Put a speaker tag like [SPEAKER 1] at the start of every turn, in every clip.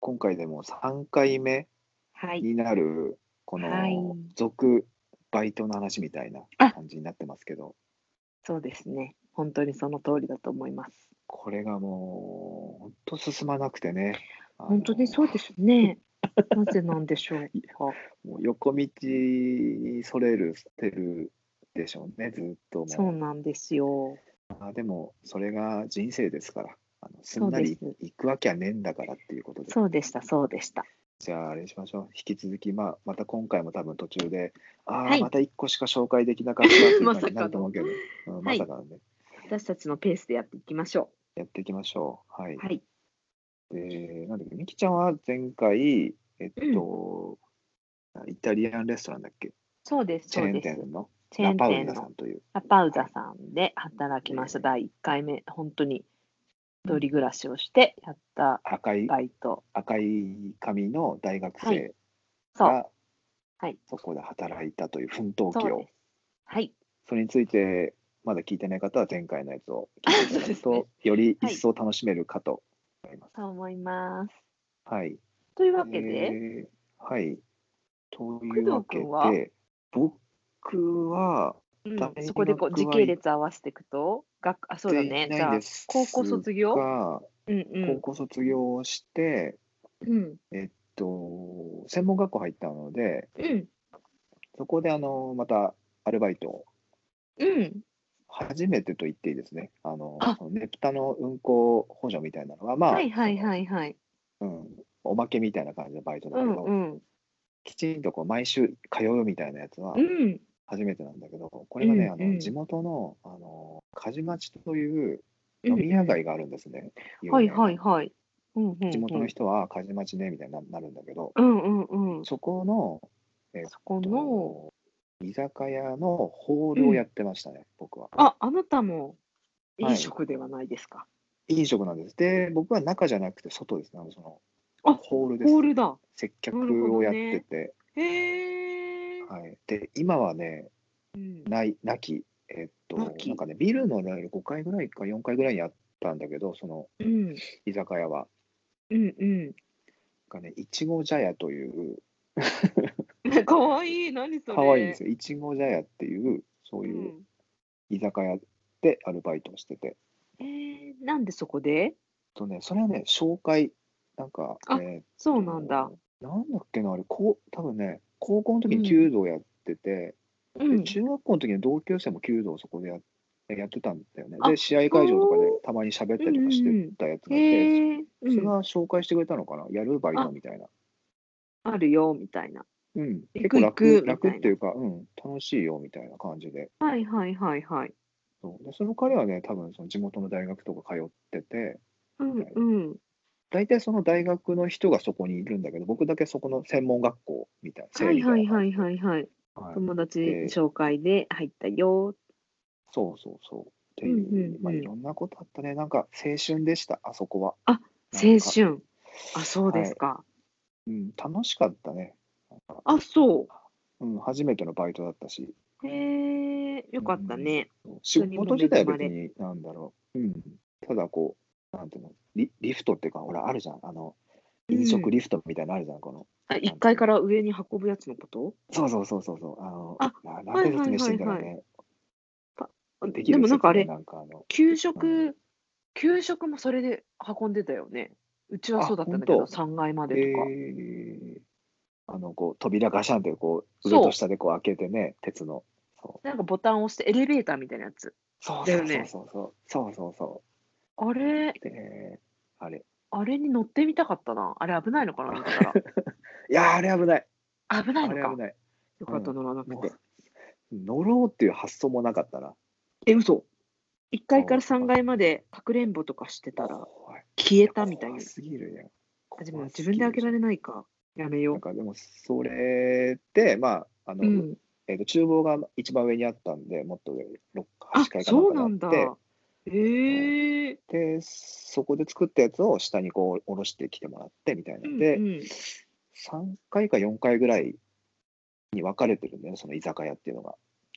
[SPEAKER 1] 今回でも3回目
[SPEAKER 2] はい。
[SPEAKER 1] になる、こ
[SPEAKER 2] はい
[SPEAKER 1] の、続バイトの話みたいな感じになってますけど、
[SPEAKER 2] そうですね。本当にその通りだと思います。
[SPEAKER 1] これがもう、本当進まなくてね。あの
[SPEAKER 2] 本当にそうですね。なぜなんでしょうか。
[SPEAKER 1] もう横道にそれる、捨てるでしょうね、ずっともう。
[SPEAKER 2] そうなんですよ。
[SPEAKER 1] あでも、それが人生ですから、あのすんなり
[SPEAKER 2] そうで
[SPEAKER 1] 行くわけはねえんだからっていうことで、
[SPEAKER 2] そうでした、そうでした。
[SPEAKER 1] じゃあ、あれしましょう、引き続き、まあ、また今回も多分途中で、ああ、
[SPEAKER 2] はい
[SPEAKER 1] また1個しか紹介できなかったっていう
[SPEAKER 2] ま
[SPEAKER 1] 感
[SPEAKER 2] さ
[SPEAKER 1] じ
[SPEAKER 2] か
[SPEAKER 1] にな
[SPEAKER 2] の
[SPEAKER 1] ると思う けど、うんま
[SPEAKER 2] はい
[SPEAKER 1] さかのね、
[SPEAKER 2] 私たちのペースでやっていきましょ
[SPEAKER 1] やっていきましょう。は
[SPEAKER 2] う。
[SPEAKER 1] い。
[SPEAKER 2] はい。
[SPEAKER 1] で、なんだっけ、みきちゃんは前回、えっと、イタリアンレストランだっけ、
[SPEAKER 2] そうです、
[SPEAKER 1] チ
[SPEAKER 2] そ
[SPEAKER 1] ェー
[SPEAKER 2] う
[SPEAKER 1] ン
[SPEAKER 2] です。
[SPEAKER 1] 店の
[SPEAKER 2] チェー
[SPEAKER 1] ラ
[SPEAKER 2] ン
[SPEAKER 1] パウ
[SPEAKER 2] 店
[SPEAKER 1] ダさん
[SPEAKER 2] の
[SPEAKER 1] という。
[SPEAKER 2] ラパウザさんで働きました。第1回目、本当に一人暮らしをしてやった
[SPEAKER 1] 赤い、
[SPEAKER 2] バイト。
[SPEAKER 1] 赤い髪の大学
[SPEAKER 2] は
[SPEAKER 1] 生
[SPEAKER 2] いそう。
[SPEAKER 1] が
[SPEAKER 2] はい
[SPEAKER 1] そこで働いたという奮闘
[SPEAKER 2] そう
[SPEAKER 1] 記を
[SPEAKER 2] です。はい。
[SPEAKER 1] それについてまだ聞いてない方は前回のやつを聞いていただく
[SPEAKER 2] そうで
[SPEAKER 1] と、より一層楽しめるかと思います。
[SPEAKER 2] そう思います。
[SPEAKER 1] はい。
[SPEAKER 2] という
[SPEAKER 1] と
[SPEAKER 2] わけで、
[SPEAKER 1] えーはい。というわけ
[SPEAKER 2] 工藤君は
[SPEAKER 1] で、僕は
[SPEAKER 2] うん
[SPEAKER 1] 大学
[SPEAKER 2] そこでこう時
[SPEAKER 1] は
[SPEAKER 2] 系列合わせていくと、学あそうだ
[SPEAKER 1] で
[SPEAKER 2] ね。
[SPEAKER 1] いな
[SPEAKER 2] じ
[SPEAKER 1] い
[SPEAKER 2] ゃ
[SPEAKER 1] ん
[SPEAKER 2] あ
[SPEAKER 1] で、す
[SPEAKER 2] 高校卒業
[SPEAKER 1] が
[SPEAKER 2] うん
[SPEAKER 1] 高校卒業をして、
[SPEAKER 2] うん。うん。
[SPEAKER 1] と専門学校入ったので、
[SPEAKER 2] うん。
[SPEAKER 1] そこであのまたアルバイトを
[SPEAKER 2] うん。
[SPEAKER 1] 初めてと言っていいですね。あの
[SPEAKER 2] あ
[SPEAKER 1] そのねぷたの運行補助みたいなのは、まあ、
[SPEAKER 2] はいはいはいはい。
[SPEAKER 1] うん、おまけみたいな感じのバイトだ
[SPEAKER 2] う
[SPEAKER 1] けど、
[SPEAKER 2] んうん。
[SPEAKER 1] きちんとこう毎週通うみたいなやつは
[SPEAKER 2] うん。
[SPEAKER 1] 初めてなんだけど、これがね、
[SPEAKER 2] うん
[SPEAKER 1] あ
[SPEAKER 2] う
[SPEAKER 1] の
[SPEAKER 2] ん
[SPEAKER 1] 地元のあの梶町という
[SPEAKER 2] うん
[SPEAKER 1] 飲み屋街があるんですね。有
[SPEAKER 2] は
[SPEAKER 1] 名
[SPEAKER 2] い
[SPEAKER 1] な
[SPEAKER 2] はいはい。うんうんうん、
[SPEAKER 1] 地元の人は梶町ねみたいにななるんだけど、
[SPEAKER 2] うんうんうん。
[SPEAKER 1] そこの
[SPEAKER 2] そこの、
[SPEAKER 1] 居酒屋のホールをやってましたね、僕は。
[SPEAKER 2] あ、あなたも
[SPEAKER 1] はい
[SPEAKER 2] 飲食ではないですか。
[SPEAKER 1] 飲食なんです。で、僕は中じゃなくて外ですね。あのその
[SPEAKER 2] あ
[SPEAKER 1] ホールです。
[SPEAKER 2] ホールだ。
[SPEAKER 1] 接客をやってて、
[SPEAKER 2] へえ。
[SPEAKER 1] はい、で今はね、
[SPEAKER 2] うん
[SPEAKER 1] ない、なき、えっと、
[SPEAKER 2] なき
[SPEAKER 1] なんかね、ビルのレベル5階ぐらいか4階ぐらいにあったんだけど、その
[SPEAKER 2] うん
[SPEAKER 1] 居酒屋は、
[SPEAKER 2] うん
[SPEAKER 1] がね、いちご茶屋という、
[SPEAKER 2] うん。 かわいい。何そ
[SPEAKER 1] か
[SPEAKER 2] れ。
[SPEAKER 1] わいいんですよ、いちご茶屋っていう、そういうう居酒屋でアルバイトをしてて、
[SPEAKER 2] うん。えー、なんでそこで
[SPEAKER 1] とね、それはね、紹介、なんか、
[SPEAKER 2] あ
[SPEAKER 1] えー
[SPEAKER 2] そうなんだ。。
[SPEAKER 1] なんだっけな、あれ、こう多分ね、高校の時
[SPEAKER 2] うん
[SPEAKER 1] に弓道やってて、
[SPEAKER 2] うん
[SPEAKER 1] で、中学校の時に同級生も弓道をそこでややってたんだよね。
[SPEAKER 2] あ
[SPEAKER 1] で、試合会場とかでたまに喋ったりとかし
[SPEAKER 2] うんうんう
[SPEAKER 1] て
[SPEAKER 2] ん
[SPEAKER 1] たやつがいて、
[SPEAKER 2] へえ。
[SPEAKER 1] それ
[SPEAKER 2] うん
[SPEAKER 1] は紹介してくれたのかな、やるバイトみたいな。
[SPEAKER 2] あるよ、みたいな。
[SPEAKER 1] うん、結
[SPEAKER 2] 行く
[SPEAKER 1] 構楽
[SPEAKER 2] 行くみたいな
[SPEAKER 1] 楽っていうか、うん、楽しいよみたいな感じで。
[SPEAKER 2] はいはいはいはい。
[SPEAKER 1] そうでその彼はね、多分その地元の大学とか通ってて、
[SPEAKER 2] うんうん。
[SPEAKER 1] 大体その大学の人がそこにいるんだけど、僕だけそこの専門学校みたいな。。
[SPEAKER 2] はいはいはいいはいはい。
[SPEAKER 1] はい、
[SPEAKER 2] 友達紹介で入ったよ。
[SPEAKER 1] そうそうそう。っていう、
[SPEAKER 2] うんうんうん
[SPEAKER 1] まあ、いろんなことあったね。なんか青春でした、あそこは。
[SPEAKER 2] あ
[SPEAKER 1] なんか
[SPEAKER 2] 青春。あ、そうですか。
[SPEAKER 1] うん、楽しかったね。
[SPEAKER 2] あ、そ
[SPEAKER 1] うん、初めてのバイトだったし、
[SPEAKER 2] う。へえ、よかったね。
[SPEAKER 1] 仕
[SPEAKER 2] にも
[SPEAKER 1] 事自体は
[SPEAKER 2] 恵ま
[SPEAKER 1] 別
[SPEAKER 2] れ
[SPEAKER 1] に、なんだろう、うん、ただこう、なんていうの、リリフトっていうか、ほら、あるじゃん、あの、飲食リフトみたいなのあるじゃん、この、
[SPEAKER 2] あ、1階から上に運ぶやつのこと
[SPEAKER 1] そうそうそうそうそう、あの、
[SPEAKER 2] あ
[SPEAKER 1] ななんて説明してんだろうね、
[SPEAKER 2] はい
[SPEAKER 1] でき
[SPEAKER 2] で
[SPEAKER 1] る
[SPEAKER 2] もなんかあ
[SPEAKER 1] 説
[SPEAKER 2] れ
[SPEAKER 1] 明、なんかあの、
[SPEAKER 2] 給
[SPEAKER 1] う
[SPEAKER 2] 食、給食もそれで運んでたよね。うちはそうだったんだけ
[SPEAKER 1] あ
[SPEAKER 2] ど、
[SPEAKER 1] 本当
[SPEAKER 2] 3階までとか。
[SPEAKER 1] えー、あの、こう、扉ガシャンって、こう、
[SPEAKER 2] そ
[SPEAKER 1] 上
[SPEAKER 2] う
[SPEAKER 1] と下でこう開けてね、鉄の。そう
[SPEAKER 2] なんかボタンを押してエレベーターみたいなやつ。
[SPEAKER 1] そう
[SPEAKER 2] だ
[SPEAKER 1] そ
[SPEAKER 2] よ
[SPEAKER 1] うそう
[SPEAKER 2] ね
[SPEAKER 1] そうそう、そうそうそ
[SPEAKER 2] あれ、
[SPEAKER 1] う。で、あれ、
[SPEAKER 2] あれに乗ってみたかったな。あれ危ないのかな乗った ら。
[SPEAKER 1] いやー、あれ危ない、
[SPEAKER 2] 危な
[SPEAKER 1] あ
[SPEAKER 2] いの
[SPEAKER 1] れ
[SPEAKER 2] か
[SPEAKER 1] 危。ない。
[SPEAKER 2] よかった、乗らな
[SPEAKER 1] も
[SPEAKER 2] く
[SPEAKER 1] う
[SPEAKER 2] て。
[SPEAKER 1] 乗ろうっていう発想もなかったな。
[SPEAKER 2] え、嘘。1階から
[SPEAKER 1] そう
[SPEAKER 2] 3階までかくれんぼとかしてたら
[SPEAKER 1] 怖い
[SPEAKER 2] 消えたみたいな
[SPEAKER 1] 怖。すぎるやん。
[SPEAKER 2] あでも自分で開けら
[SPEAKER 1] ない。
[SPEAKER 2] れないか。やめよ
[SPEAKER 1] なん
[SPEAKER 2] う。
[SPEAKER 1] かでもそれって、まあ、あの、
[SPEAKER 2] うん、
[SPEAKER 1] えっ、と、厨房が一番上にあったんで、もっと上、六
[SPEAKER 2] あ
[SPEAKER 1] 8階か
[SPEAKER 2] そうなんだ
[SPEAKER 1] あっ。
[SPEAKER 2] へえ。
[SPEAKER 1] て、で、そこで作ったやつを下にこう下ろしてきてもらってみたいなので、
[SPEAKER 2] うんうん
[SPEAKER 1] 3階か4階ぐらいに分かれてるんだよね、その居酒屋っていうのが。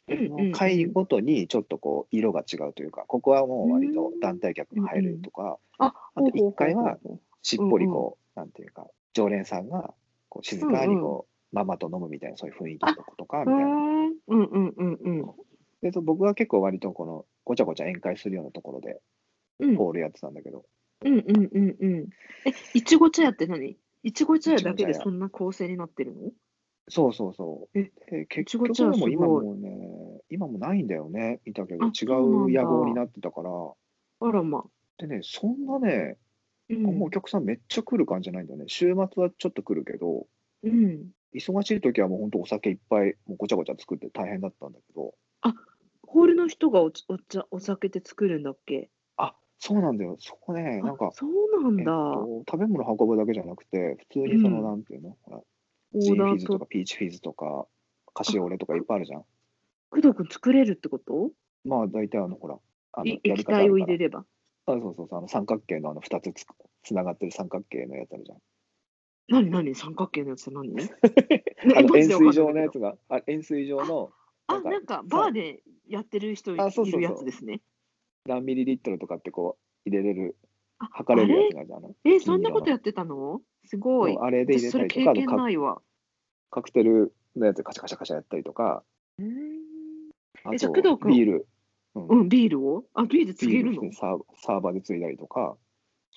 [SPEAKER 1] で
[SPEAKER 2] うん
[SPEAKER 1] そ
[SPEAKER 2] うんうん
[SPEAKER 1] の階ごとにちょっとこう色が違うというか、ここはもう割と団体客が入るとか、
[SPEAKER 2] あ、
[SPEAKER 1] あと1階は
[SPEAKER 2] ほうほうほうほう
[SPEAKER 1] しっぽりこう、なんていうか、常連さんがこう静かにこう、ママと飲むみたいなそういう雰囲気のとことかみ
[SPEAKER 2] うー
[SPEAKER 1] たいな。
[SPEAKER 2] んうんうんうんうん
[SPEAKER 1] でそう僕は結構割とこのごちゃごちゃ宴会するようなところで
[SPEAKER 2] うん
[SPEAKER 1] ホールやってたんだけど、
[SPEAKER 2] うんうんうんうん。え、いちご茶屋って何いちご茶屋だけで
[SPEAKER 1] いちご茶屋
[SPEAKER 2] そんな構成になってるの
[SPEAKER 1] そうそうそう。
[SPEAKER 2] え
[SPEAKER 1] で結局
[SPEAKER 2] いちご茶
[SPEAKER 1] で
[SPEAKER 2] はす
[SPEAKER 1] も
[SPEAKER 2] ごい
[SPEAKER 1] 今もね今もないんだよね見たけど
[SPEAKER 2] あ
[SPEAKER 1] 違
[SPEAKER 2] そうなん
[SPEAKER 1] う
[SPEAKER 2] だ
[SPEAKER 1] 野望になってたから
[SPEAKER 2] あらま。
[SPEAKER 1] でねそんなね、
[SPEAKER 2] うん
[SPEAKER 1] もうお客さんめっちゃ来る感じじゃないんだよね週末はちょっと来るけど
[SPEAKER 2] うん。
[SPEAKER 1] 忙しい時はもうほんとお酒いっぱいもうごちゃごちゃ作って大変だったんだけど
[SPEAKER 2] ホールの人がおお茶お酒って作るんだっけ
[SPEAKER 1] あそうなんだよそこね
[SPEAKER 2] あ
[SPEAKER 1] なんか、
[SPEAKER 2] そうなん
[SPEAKER 1] えっ
[SPEAKER 2] だ。
[SPEAKER 1] と、食べ物運ぶだけじゃなくて普通にその、
[SPEAKER 2] うん
[SPEAKER 1] なんていうのほら
[SPEAKER 2] オ
[SPEAKER 1] ジンフ
[SPEAKER 2] ーダ
[SPEAKER 1] ィ
[SPEAKER 2] ー
[SPEAKER 1] ズと
[SPEAKER 2] と
[SPEAKER 1] かピーチフィズとかカシオレとかいっぱいあるじゃん
[SPEAKER 2] 工藤君作れるってこと
[SPEAKER 1] まあ大体あのほらあの
[SPEAKER 2] い液体を入れれば。
[SPEAKER 1] あそうそうそう、あの三角形のあの二つつつながってる三角形のやつあるじゃん。
[SPEAKER 2] 何何三角形のやつって 何ね
[SPEAKER 1] あの
[SPEAKER 2] マ
[SPEAKER 1] 円
[SPEAKER 2] ジでわ
[SPEAKER 1] 錐
[SPEAKER 2] かんない
[SPEAKER 1] 状のや
[SPEAKER 2] けど
[SPEAKER 1] つが、あ円錐状の
[SPEAKER 2] あ、
[SPEAKER 1] な
[SPEAKER 2] なんんかバーでやってる人い
[SPEAKER 1] あそうそうそう
[SPEAKER 2] るやつですね。
[SPEAKER 1] 何ミリリットルとかってこう入れれる、
[SPEAKER 2] あ
[SPEAKER 1] 測れるやつがあるじゃんあの。
[SPEAKER 2] あれえ、そんなことやってたのすごい
[SPEAKER 1] そう。あれで入
[SPEAKER 2] 私
[SPEAKER 1] れ
[SPEAKER 2] そ
[SPEAKER 1] た
[SPEAKER 2] れ
[SPEAKER 1] りと
[SPEAKER 2] 経
[SPEAKER 1] か、あ
[SPEAKER 2] 験
[SPEAKER 1] の
[SPEAKER 2] ないわ。
[SPEAKER 1] カカクテルのやつカシャカシャカシャやったりとか、
[SPEAKER 2] うーん
[SPEAKER 1] あ
[SPEAKER 2] えじゃあ
[SPEAKER 1] と
[SPEAKER 2] 工藤君
[SPEAKER 1] ビール、うん
[SPEAKER 2] うん、ビールをあ、ビールつけ
[SPEAKER 1] ビー
[SPEAKER 2] る
[SPEAKER 1] ル
[SPEAKER 2] の
[SPEAKER 1] してサーサーバーでついだりとか、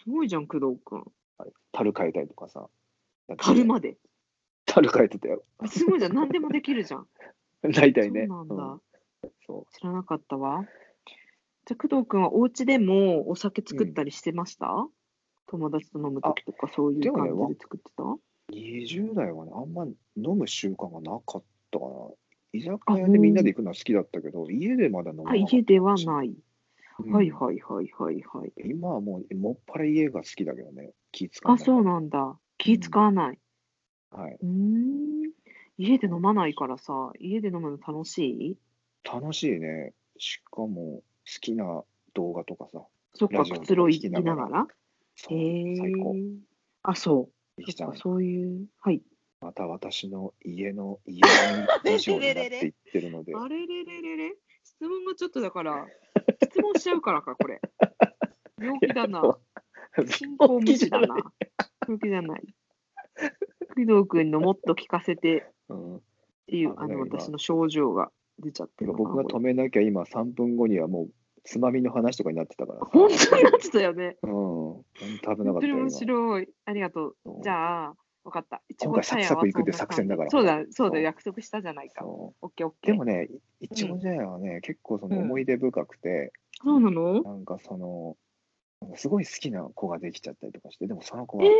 [SPEAKER 2] すごいじゃん、工藤君。
[SPEAKER 1] あれ樽変えたりとかさ。
[SPEAKER 2] 樽まで。
[SPEAKER 1] 樽変えてたよ。
[SPEAKER 2] すごいじゃん、何でもできる じゃん。
[SPEAKER 1] 大体
[SPEAKER 2] そう
[SPEAKER 1] ね。
[SPEAKER 2] なんだ。
[SPEAKER 1] うんそ
[SPEAKER 2] 知らなかったわ。じゃあ、工藤君はお家でもお酒作ったりしてました、友達と飲む時とかそういう感
[SPEAKER 1] でも
[SPEAKER 2] じ
[SPEAKER 1] ね
[SPEAKER 2] で作ってた、
[SPEAKER 1] う。20代はね、あんま飲む習慣がなかったかな。居酒屋でみんなで行くのは好きだったけど、家でまだ飲まな
[SPEAKER 2] あ、
[SPEAKER 1] かった。
[SPEAKER 2] 家ではない。
[SPEAKER 1] うん
[SPEAKER 2] はいはいはいはいはい。
[SPEAKER 1] 今はもう、もっぱら家が好きだけどね、気使わ
[SPEAKER 2] あ、
[SPEAKER 1] ない
[SPEAKER 2] そうなんだ。気使わない。
[SPEAKER 1] はい。
[SPEAKER 2] うーん。家で飲まないからさ、家で飲むの楽しい
[SPEAKER 1] 楽しいね。しかも、好きな動画とかさ、
[SPEAKER 2] そっか、
[SPEAKER 1] ラジオ
[SPEAKER 2] く
[SPEAKER 1] とか
[SPEAKER 2] つろい
[SPEAKER 1] 聞き
[SPEAKER 2] き
[SPEAKER 1] な
[SPEAKER 2] な
[SPEAKER 1] がら
[SPEAKER 2] がら。
[SPEAKER 1] そう
[SPEAKER 2] へえ。
[SPEAKER 1] 最高。
[SPEAKER 2] あ、そう。
[SPEAKER 1] ゆきち
[SPEAKER 2] そ
[SPEAKER 1] ゃ
[SPEAKER 2] っ
[SPEAKER 1] ん
[SPEAKER 2] か、、そういう。はい。
[SPEAKER 1] また私の家の家のラジオになっていってる ので、
[SPEAKER 2] あれれれれれ質問がちょっとだから、質問しちゃうからか、これ。 病気だな。進行無視だな。病気じゃない。工藤君のもっと聞かせてっ
[SPEAKER 1] うん、
[SPEAKER 2] ていう、あ
[SPEAKER 1] あ
[SPEAKER 2] の、
[SPEAKER 1] なんか今
[SPEAKER 2] 私の症状が出ちゃってるのかな
[SPEAKER 1] 僕が止
[SPEAKER 2] こ
[SPEAKER 1] めなきゃ今3分後にはもうつまみの話とかになってたから
[SPEAKER 2] れ
[SPEAKER 1] さ。
[SPEAKER 2] 本当になってたよね。
[SPEAKER 1] うん、本当危なか
[SPEAKER 2] 本
[SPEAKER 1] っ
[SPEAKER 2] 当
[SPEAKER 1] た
[SPEAKER 2] に
[SPEAKER 1] よ。
[SPEAKER 2] 面
[SPEAKER 1] 今
[SPEAKER 2] 白い。ありがとう
[SPEAKER 1] そ。う
[SPEAKER 2] じゃあ、わかった。一
[SPEAKER 1] 今回サクサク行くって作戦だから
[SPEAKER 2] そうだ、そう
[SPEAKER 1] そ
[SPEAKER 2] だ、
[SPEAKER 1] う
[SPEAKER 2] 約束したじゃないか。
[SPEAKER 1] そう
[SPEAKER 2] オッケーオッケー。
[SPEAKER 1] でもね、いいちご茶屋はね、結構その思い出深くて、
[SPEAKER 2] そうなの
[SPEAKER 1] なんかその、なんかすごい好きな子ができちゃったりとかして、でもその子
[SPEAKER 2] えー
[SPEAKER 1] は、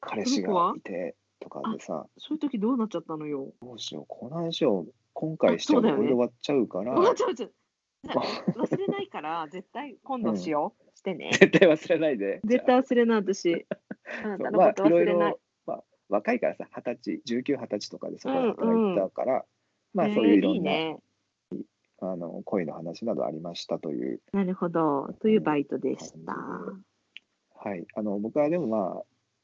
[SPEAKER 1] 彼氏
[SPEAKER 2] その子
[SPEAKER 1] が
[SPEAKER 2] はい
[SPEAKER 1] てとかでさ、
[SPEAKER 2] そういう時どうなっちゃったのよ。
[SPEAKER 1] どうしよう、この話を今回しちゃ
[SPEAKER 2] あそう
[SPEAKER 1] う
[SPEAKER 2] だ
[SPEAKER 1] とこ
[SPEAKER 2] よね
[SPEAKER 1] れで終わっちゃうから、
[SPEAKER 2] わかったわかった忘れない から、絶対今度しよう。してね。
[SPEAKER 1] 絶対忘れないで。
[SPEAKER 2] 絶対忘れない、私。あな
[SPEAKER 1] じゃ
[SPEAKER 2] た
[SPEAKER 1] あ
[SPEAKER 2] の
[SPEAKER 1] ま
[SPEAKER 2] こ
[SPEAKER 1] あ
[SPEAKER 2] と
[SPEAKER 1] いろ
[SPEAKER 2] 忘
[SPEAKER 1] い
[SPEAKER 2] れない
[SPEAKER 1] ろ。、まあ、若いからさ、二十歳、19、20歳とかでそこで
[SPEAKER 2] うんう
[SPEAKER 1] 働
[SPEAKER 2] ん
[SPEAKER 1] いたから、まあ
[SPEAKER 2] ね
[SPEAKER 1] そういういろんな、
[SPEAKER 2] ね。
[SPEAKER 1] あの恋の話などありましたという、
[SPEAKER 2] なるほど。というバイトでした。
[SPEAKER 1] はい、あの僕はでもま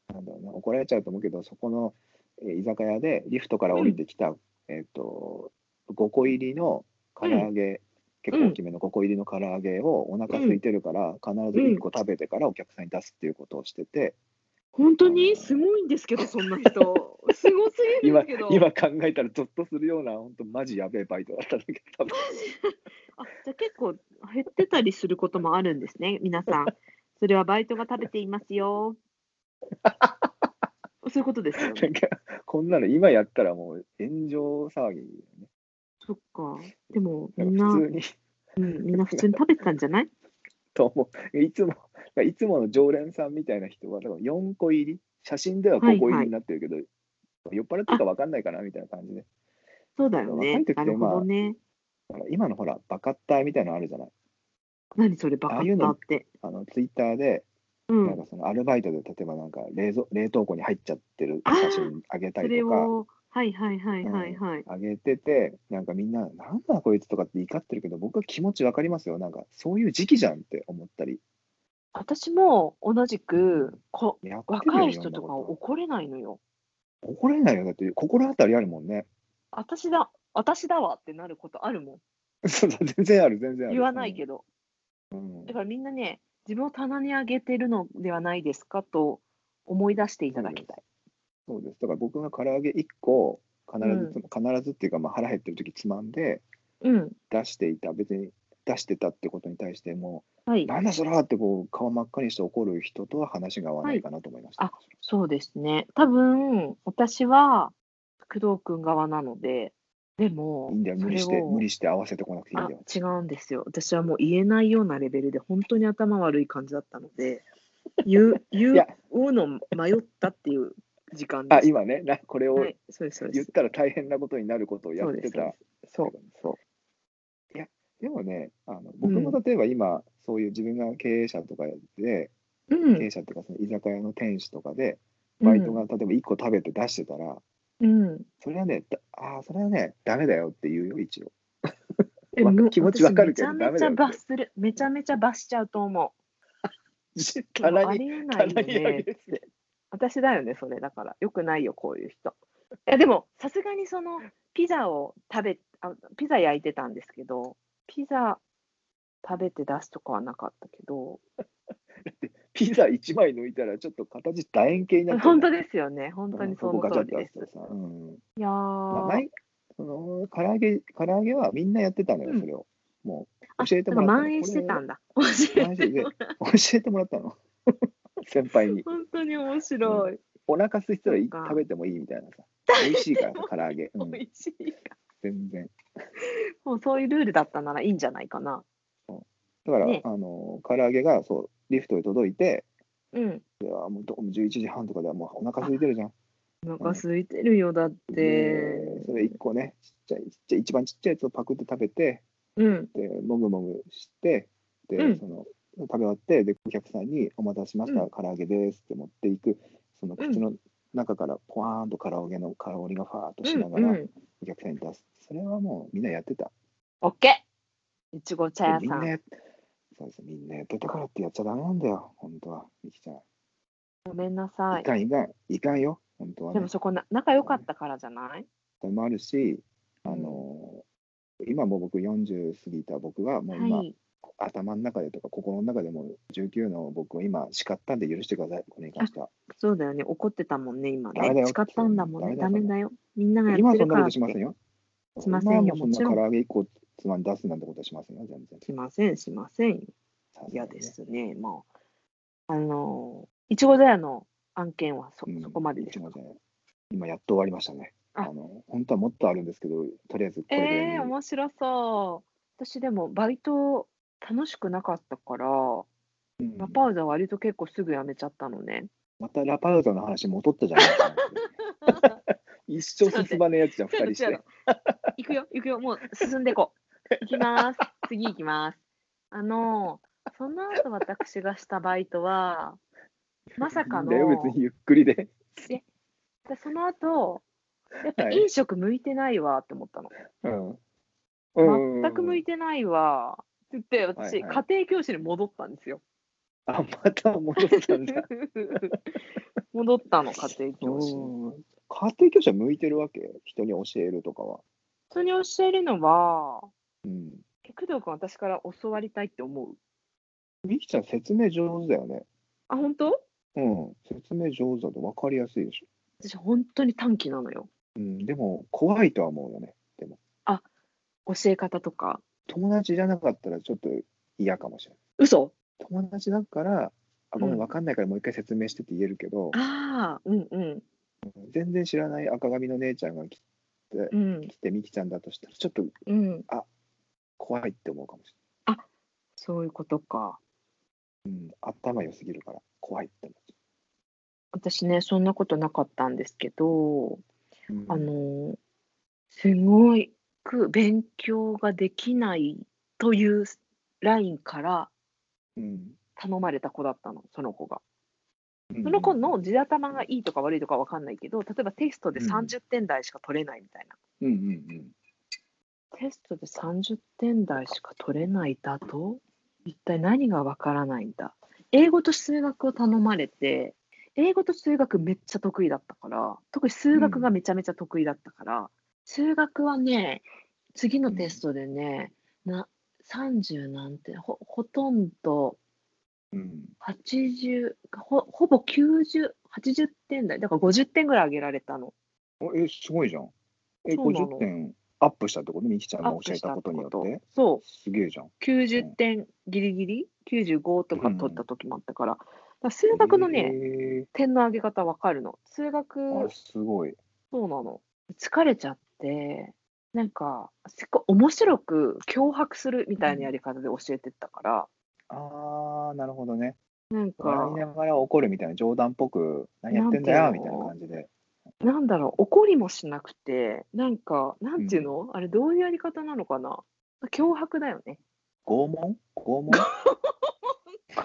[SPEAKER 1] あ、なんだろうな、怒られちゃうと思うけど、そこの、えー居酒屋でリフトから降りてきた、えっ、と、5個入りの唐揚げ、結構大きめの5個入りの唐揚げをお腹空いてるから、必ず1個食べてからお客さんに出すっていうことをしてて、
[SPEAKER 2] 本当にすごいんですけど、そんな 人。すごすぎる
[SPEAKER 1] 今
[SPEAKER 2] んですけど。
[SPEAKER 1] 今考えたらゾッとするような、本当マジやべえバイトだったんだけど、多分
[SPEAKER 2] あじゃあ結構減ってたりすることもあるんですね、皆さん。それはバイトが食べています よ。そういうことですよ
[SPEAKER 1] な
[SPEAKER 2] ね。
[SPEAKER 1] んか、こんなの今やったらもう炎上騒ぎ、
[SPEAKER 2] そっか。でも、みん
[SPEAKER 1] な
[SPEAKER 2] な、
[SPEAKER 1] んか
[SPEAKER 2] う
[SPEAKER 1] 普通に。
[SPEAKER 2] ん、みんな普通に食べてたんじゃない
[SPEAKER 1] と思う。いつも、いつもの常連さんみたいな人は、だから4個入り、写真では5個入りになってるけど、酔っ払ってるか分かんないかなみたいな感じで。
[SPEAKER 2] そうだよ
[SPEAKER 1] 若
[SPEAKER 2] ね
[SPEAKER 1] い時っ。て
[SPEAKER 2] なるほ
[SPEAKER 1] ま
[SPEAKER 2] ど
[SPEAKER 1] あ
[SPEAKER 2] ね。
[SPEAKER 1] だから今のほら、バカッターみたいなのあるじゃない。
[SPEAKER 2] 何それ、バカ
[SPEAKER 1] ああいう
[SPEAKER 2] ッ
[SPEAKER 1] の
[SPEAKER 2] タって。
[SPEAKER 1] あのツイッターで、
[SPEAKER 2] う
[SPEAKER 1] なん
[SPEAKER 2] ん。
[SPEAKER 1] かそのアルバイトで、例えばなんか冷蔵冷凍庫に入っちゃってる写真あげた
[SPEAKER 2] そ
[SPEAKER 1] り
[SPEAKER 2] れ
[SPEAKER 1] とか。
[SPEAKER 2] を、はいはいはいはいはい。
[SPEAKER 1] あげてて、なんかみんな、なんだこいつとかって怒ってるけど、僕は気持ちわかりますよ。なんか、そういう時期じゃんって思ったり。
[SPEAKER 2] 私も同じく、こ
[SPEAKER 1] やってるよ
[SPEAKER 2] 若い人と
[SPEAKER 1] ろん
[SPEAKER 2] か
[SPEAKER 1] なこ
[SPEAKER 2] 怒れないのよ。
[SPEAKER 1] 怒れないよ。だって、心当たりあるもんね。
[SPEAKER 2] 私だ、私だわってなることあるも
[SPEAKER 1] そうそう全然ある、全然あ
[SPEAKER 2] ん。
[SPEAKER 1] る。
[SPEAKER 2] 言わない
[SPEAKER 1] ど。
[SPEAKER 2] けど。
[SPEAKER 1] うん
[SPEAKER 2] だからみんなね、自分を棚に上げてるのではないですかと思い出していただきたい。
[SPEAKER 1] そうです。だから僕が唐揚げ1個必ずつ、必ずっていうか、まあ、腹減ってる時つまんで
[SPEAKER 2] うん。
[SPEAKER 1] 出していた別に出してたってことに対しても
[SPEAKER 2] は
[SPEAKER 1] う
[SPEAKER 2] い。
[SPEAKER 1] なんだそらってこう顔真っ赤にして怒る人とは話が合わないかなと思いました。
[SPEAKER 2] はいそうですね。多分、私は、工藤くん側なので、でも、
[SPEAKER 1] いいんだよ無理し
[SPEAKER 2] それ
[SPEAKER 1] て
[SPEAKER 2] を
[SPEAKER 1] 無理して合わせてこなくていいん
[SPEAKER 2] あ
[SPEAKER 1] だよ。
[SPEAKER 2] 違うんですよ。私はもう言えないようなレベルで、本当に頭悪い感じだったので、言う、言
[SPEAKER 1] いや
[SPEAKER 2] うの迷ったっていう時間で
[SPEAKER 1] あ
[SPEAKER 2] す。
[SPEAKER 1] 今ねなこれを
[SPEAKER 2] はい、そうです、そう
[SPEAKER 1] 言
[SPEAKER 2] で
[SPEAKER 1] っ
[SPEAKER 2] す。
[SPEAKER 1] たら大変なことになることをや
[SPEAKER 2] そ
[SPEAKER 1] っ
[SPEAKER 2] うで
[SPEAKER 1] て
[SPEAKER 2] すそう
[SPEAKER 1] た
[SPEAKER 2] で。すそう、そう。
[SPEAKER 1] でもねあの僕も例えば今、そういう自分が経営者とかで
[SPEAKER 2] うん
[SPEAKER 1] 経営者っていうかその居酒屋の店主とかでバイトが例えば1個食べて出してたら、
[SPEAKER 2] うんうん
[SPEAKER 1] それはねだああそれはねダメだよって言うよ一応。
[SPEAKER 2] え
[SPEAKER 1] わか
[SPEAKER 2] もう
[SPEAKER 1] 気持ちわかるけど
[SPEAKER 2] 私めちゃめち
[SPEAKER 1] ダ
[SPEAKER 2] ゃ
[SPEAKER 1] メだよ
[SPEAKER 2] 罰する。めちゃめちゃ罰しちゃうと思う。
[SPEAKER 1] た
[SPEAKER 2] もう
[SPEAKER 1] ら
[SPEAKER 2] あ
[SPEAKER 1] に
[SPEAKER 2] りえな
[SPEAKER 1] た
[SPEAKER 2] いよ
[SPEAKER 1] らにあ
[SPEAKER 2] ね
[SPEAKER 1] げ。て
[SPEAKER 2] 私だよね、それだから。よくないよ、こういう人。いやでも、さすがにそのピザを食べあ、ピザ焼いてたんですけど、ピザ食べて出すとかはなかったけど、
[SPEAKER 1] ピザ1枚抜いたらちょっと形楕円形になってる
[SPEAKER 2] 本当ですよね。本当にそ
[SPEAKER 1] こ
[SPEAKER 2] の
[SPEAKER 1] ガチャ
[SPEAKER 2] 通
[SPEAKER 1] って
[SPEAKER 2] り
[SPEAKER 1] や
[SPEAKER 2] で
[SPEAKER 1] って
[SPEAKER 2] す。
[SPEAKER 1] さ、うん
[SPEAKER 2] いや
[SPEAKER 1] まあ
[SPEAKER 2] ー、
[SPEAKER 1] 前その唐揚げ唐揚げはみんなやってたのよ、
[SPEAKER 2] うん
[SPEAKER 1] それをも
[SPEAKER 2] あ
[SPEAKER 1] う教えても
[SPEAKER 2] な
[SPEAKER 1] ら
[SPEAKER 2] ん
[SPEAKER 1] っ
[SPEAKER 2] か
[SPEAKER 1] たの
[SPEAKER 2] 蔓延してた
[SPEAKER 1] こ
[SPEAKER 2] んだ。
[SPEAKER 1] れをマ ジで教えてもらったの 先輩に
[SPEAKER 2] 本当に面白い。
[SPEAKER 1] お腹空いてたらい
[SPEAKER 2] そうか
[SPEAKER 1] 食べてもいいみたいなさ美味しいからさ唐揚げ、うん、
[SPEAKER 2] 美味しい。
[SPEAKER 1] 全然
[SPEAKER 2] もうそういうルールだったならいいんじゃないかな。
[SPEAKER 1] だから、
[SPEAKER 2] ね
[SPEAKER 1] あの唐揚げがそうリフトで届いて
[SPEAKER 2] うん。
[SPEAKER 1] であもうどもう11時半とかではもうお腹空いてるじゃん
[SPEAKER 2] お腹空いてるよ、だって。
[SPEAKER 1] それ1個ねちっちゃいちっちゃい一番ちっちゃいやつをパクって食べて
[SPEAKER 2] うん。
[SPEAKER 1] でもぐもぐしてで、
[SPEAKER 2] うん
[SPEAKER 1] その食べ終わってでお客さんに「お待たせしました、
[SPEAKER 2] うん
[SPEAKER 1] 唐揚げです」って持っていくその
[SPEAKER 2] うん
[SPEAKER 1] 口の中からポワーンと唐揚げの香りがファーっとし
[SPEAKER 2] う
[SPEAKER 1] なが
[SPEAKER 2] ん。う
[SPEAKER 1] ら
[SPEAKER 2] ん。
[SPEAKER 1] お客さんに出す、それはもうみんなやってた
[SPEAKER 2] オッケー。いちご茶屋
[SPEAKER 1] みん
[SPEAKER 2] さ。
[SPEAKER 1] なんやそうですみんなやってたからってやっちゃダメなんだよ本当はみきちゃん、
[SPEAKER 2] ごめんなさ
[SPEAKER 1] い
[SPEAKER 2] い。
[SPEAKER 1] かんいかんいかんよ本当は
[SPEAKER 2] で
[SPEAKER 1] ね
[SPEAKER 2] もそこな仲良かったからじゃない
[SPEAKER 1] それもあるしあ
[SPEAKER 2] うん
[SPEAKER 1] の、今もう僕40過ぎた僕はもう今、
[SPEAKER 2] はい。
[SPEAKER 1] 頭の中でとか心の中でも19の僕を今叱ったんで許してくださいこれに関しては
[SPEAKER 2] そうだよね。怒ってたもんね、今
[SPEAKER 1] ダメだ
[SPEAKER 2] ね。
[SPEAKER 1] よ
[SPEAKER 2] 誓ったんだもんね。ダ
[SPEAKER 1] ダ
[SPEAKER 2] メ
[SPEAKER 1] メだよ
[SPEAKER 2] だよ。みんながや
[SPEAKER 1] 今
[SPEAKER 2] っ
[SPEAKER 1] は
[SPEAKER 2] て
[SPEAKER 1] そ
[SPEAKER 2] る
[SPEAKER 1] ん
[SPEAKER 2] か
[SPEAKER 1] なことしま
[SPEAKER 2] らって。
[SPEAKER 1] せんよ
[SPEAKER 2] しませんよ
[SPEAKER 1] 今はもうそん
[SPEAKER 2] も
[SPEAKER 1] な唐
[SPEAKER 2] ちろ
[SPEAKER 1] 揚げ1個つまん出すなんてことはしませんよ全然
[SPEAKER 2] しません、しません。嫌で、すね。もう。あのー、いちご茶屋の案件はそ,、
[SPEAKER 1] うん
[SPEAKER 2] そこまでです
[SPEAKER 1] 一
[SPEAKER 2] か
[SPEAKER 1] 応。じゃあ今やっと終わりましたね
[SPEAKER 2] あ
[SPEAKER 1] あの本当はもっとあるんですけどとりあえずこれで、
[SPEAKER 2] ええ面白そう。私でもバイト楽しくなかったから、
[SPEAKER 1] うん
[SPEAKER 2] ラパウザ割と結構すぐ辞めちゃったのね。
[SPEAKER 1] またラパウザの話戻ったじゃない 一生進まねえやつじゃん二人して
[SPEAKER 2] 行くよ、行くよ、もう進んでこう。 行きます。次行きます。あの、その後私がしたバイトは、まさかの、
[SPEAKER 1] いいんだよ別にゆっくりで
[SPEAKER 2] でその後、やっぱ
[SPEAKER 1] はい
[SPEAKER 2] 飲食向いてないわって思ったの。
[SPEAKER 1] うんうん
[SPEAKER 2] 全く向いてないわって言って、私、
[SPEAKER 1] はいは
[SPEAKER 2] 家庭教師に戻ったんで すよ。
[SPEAKER 1] あまた戻ったんだ
[SPEAKER 2] 戻ったの、家庭教師に。
[SPEAKER 1] うん家庭教師は向いてるわけ人に教えるとかは。
[SPEAKER 2] 本当に教えるのは、
[SPEAKER 1] うん。
[SPEAKER 2] え工藤君、私から教わりたいって思う。
[SPEAKER 1] みきちゃん説明上手だよね。
[SPEAKER 2] あ、本当
[SPEAKER 1] うん。説明上手だと分かりやすいでしょ。
[SPEAKER 2] 私、本当に短期なのよ。
[SPEAKER 1] うん。でも怖いとは思うよね。
[SPEAKER 2] 教え方とか。
[SPEAKER 1] 友達じゃなかったらちょっと嫌かもしれない。
[SPEAKER 2] 嘘
[SPEAKER 1] 友達だから、あごめ
[SPEAKER 2] うん
[SPEAKER 1] ん分かんないからもう一回説明してって言えるけど、
[SPEAKER 2] ああ、うんうん。
[SPEAKER 1] 全然知らない赤髪の姉ちゃんが来
[SPEAKER 2] うん
[SPEAKER 1] 来てみきちゃんだとしたらちょっと
[SPEAKER 2] うん。
[SPEAKER 1] 怖いって思うかもし
[SPEAKER 2] そういうことか。
[SPEAKER 1] れない。うん。頭良すぎるから怖いって思っち
[SPEAKER 2] 私ね、そんなことなかったんですけど、
[SPEAKER 1] ゃううん。
[SPEAKER 2] あのー、すごいく勉強ができないというラインから
[SPEAKER 1] うん、
[SPEAKER 2] 頼まれた子だったの、その子が。
[SPEAKER 1] うん
[SPEAKER 2] その子の地頭がいいとか悪いとかわかんないけど、例えばテストで
[SPEAKER 1] うん
[SPEAKER 2] 30点台しか取れないみたいな。
[SPEAKER 1] うんうん
[SPEAKER 2] テストで30点台しか取れないだと一体何がわからないんだ英語と数学を頼まれて英語と数学めっちゃ得意だったから特に数学がめちゃめちゃ得意だったから、数学はね次のテストでね、な30なんてほほとんど
[SPEAKER 1] うん。うん。
[SPEAKER 2] 80ほほぼ90 80点台、だから50点ぐらい上げられたの。
[SPEAKER 1] おえ、すごいじゃん。え、
[SPEAKER 2] そうなの
[SPEAKER 1] 50点アップしたってことみきちゃん
[SPEAKER 2] ア
[SPEAKER 1] が教
[SPEAKER 2] ップ
[SPEAKER 1] え
[SPEAKER 2] したた
[SPEAKER 1] こ
[SPEAKER 2] ことと
[SPEAKER 1] によって。
[SPEAKER 2] そう。
[SPEAKER 1] すげえじゃん。
[SPEAKER 2] 90点ギリギリ、95とか取った時もあったから、だから数学のね、
[SPEAKER 1] ね。
[SPEAKER 2] 点の上げ方わかるの。数学、
[SPEAKER 1] あ、すごい。
[SPEAKER 2] そうなの。疲れちゃって、なんか、すっごい面白く脅迫するみたいなやり方で教えてったから、
[SPEAKER 1] あー、なるほどね。
[SPEAKER 2] なんか
[SPEAKER 1] 笑い、ながら怒るみたいな、冗談っぽく、何やってんだよ
[SPEAKER 2] なん
[SPEAKER 1] み
[SPEAKER 2] てい
[SPEAKER 1] た
[SPEAKER 2] う
[SPEAKER 1] い
[SPEAKER 2] の
[SPEAKER 1] な感じで。
[SPEAKER 2] なんだろう、怒りもしなくて、なんか、なんていうの、あれ、どういうやり方なのかな。脅迫だよ ね。
[SPEAKER 1] 拷問拷問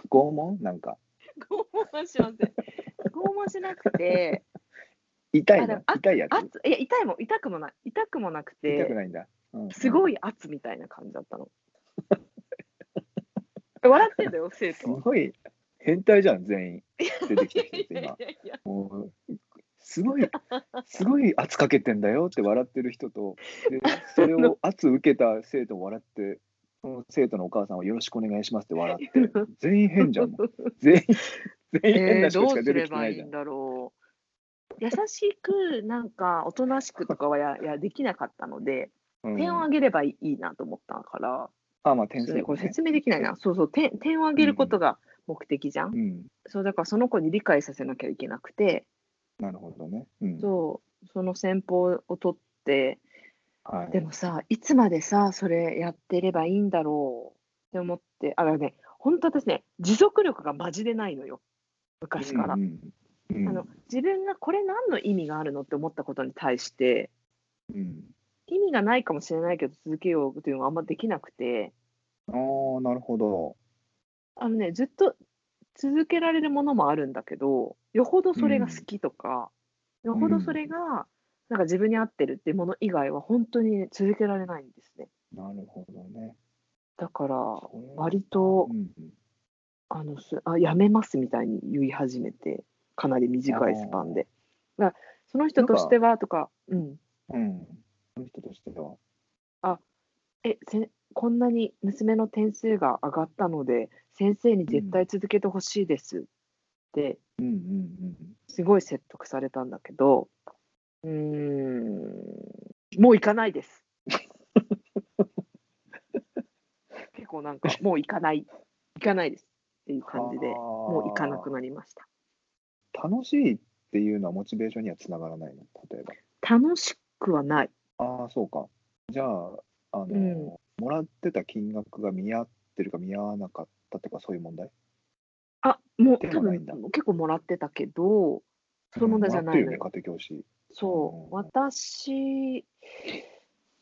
[SPEAKER 1] 拷問なんか、
[SPEAKER 2] 拷問はしません。拷問しなくて、
[SPEAKER 1] 痛い
[SPEAKER 2] あで
[SPEAKER 1] の
[SPEAKER 2] もあ
[SPEAKER 1] 痛いやつ
[SPEAKER 2] 圧いや痛いもん痛くもない痛くもなく
[SPEAKER 1] 痛く
[SPEAKER 2] て
[SPEAKER 1] ないんだ。うん
[SPEAKER 2] す
[SPEAKER 1] い。
[SPEAKER 2] ごい圧みたいな感じ だったの。笑ってんだよ生
[SPEAKER 1] す
[SPEAKER 2] 徒は。
[SPEAKER 1] ごい、変態じゃん、全員。出てきた人って
[SPEAKER 2] いやい
[SPEAKER 1] 今。
[SPEAKER 2] やいや
[SPEAKER 1] もうす ごい、すごい圧かけてんだよって笑ってる人と、でそれを圧受けた生徒も笑って、その生徒のお母さんはよろしくお願いしますって笑って、 全員変じゃん。全員、全員変
[SPEAKER 2] え
[SPEAKER 1] な
[SPEAKER 2] ー
[SPEAKER 1] 人
[SPEAKER 2] ど
[SPEAKER 1] し
[SPEAKER 2] う
[SPEAKER 1] か
[SPEAKER 2] す
[SPEAKER 1] 出て
[SPEAKER 2] れ
[SPEAKER 1] きてな
[SPEAKER 2] ば
[SPEAKER 1] い
[SPEAKER 2] い
[SPEAKER 1] じ
[SPEAKER 2] い
[SPEAKER 1] ゃん
[SPEAKER 2] ん。だろう。優しくなんかおとなしくとかはや やできなかったので
[SPEAKER 1] うん
[SPEAKER 2] 点を上げればいいなと思ったから、
[SPEAKER 1] あ、まあ点
[SPEAKER 2] そう
[SPEAKER 1] 数、
[SPEAKER 2] ね、これ
[SPEAKER 1] ね。
[SPEAKER 2] 説明できないなそうそう点点を上げることが目的じゃん、
[SPEAKER 1] うん、
[SPEAKER 2] そうだからその子に理解させなきゃいけなくて、
[SPEAKER 1] なるほどね。うん、
[SPEAKER 2] そうその戦法を取って
[SPEAKER 1] はい。
[SPEAKER 2] でもさいつまでさそれやってればいいんだろうって思ってあだからね本当私ね持続力がマジでないのよ昔から、
[SPEAKER 1] うんうんうん
[SPEAKER 2] あの自分がこれ何の意味があるのって思ったことに対して
[SPEAKER 1] うん
[SPEAKER 2] 意味がないかもしれないけど続けようというのはあんまできなくて
[SPEAKER 1] あーなるほど。
[SPEAKER 2] あのねずっと続けられるものもあるんだけどよほどそれが好きとか、よほどそれがなんか自分に合ってるっていうもの以外は本当に続けられないんですね
[SPEAKER 1] なるほどね。
[SPEAKER 2] だから
[SPEAKER 1] それは
[SPEAKER 2] 割と
[SPEAKER 1] うん
[SPEAKER 2] あのすあやめますみたいに言い始めてかなり短いスパンでだからその人としてはとかうん
[SPEAKER 1] うん。うん。その人としては。
[SPEAKER 2] えせこんなに娘の点数が上がったので先生に絶対続けてほしいですって
[SPEAKER 1] うんうんうん。
[SPEAKER 2] すごい説得されたんだけどうーんもう行かないです 結構なんかもう行かない行かないですっていう感じでもう行かなくなりました
[SPEAKER 1] 楽しいっていうのはモチベーションにはつながらないの例え
[SPEAKER 2] 楽しくはない
[SPEAKER 1] ばああそうかじゃああの、
[SPEAKER 2] うん
[SPEAKER 1] もらってた金額が見合ってるか見合わなかったとかそういう問題
[SPEAKER 2] あもう
[SPEAKER 1] で
[SPEAKER 2] 多
[SPEAKER 1] はない
[SPEAKER 2] 分
[SPEAKER 1] んだ
[SPEAKER 2] 結構もらってたけどそういう問題じゃない
[SPEAKER 1] うん
[SPEAKER 2] の
[SPEAKER 1] もら
[SPEAKER 2] よ
[SPEAKER 1] ってるよね家庭教師
[SPEAKER 2] そう
[SPEAKER 1] うん
[SPEAKER 2] 私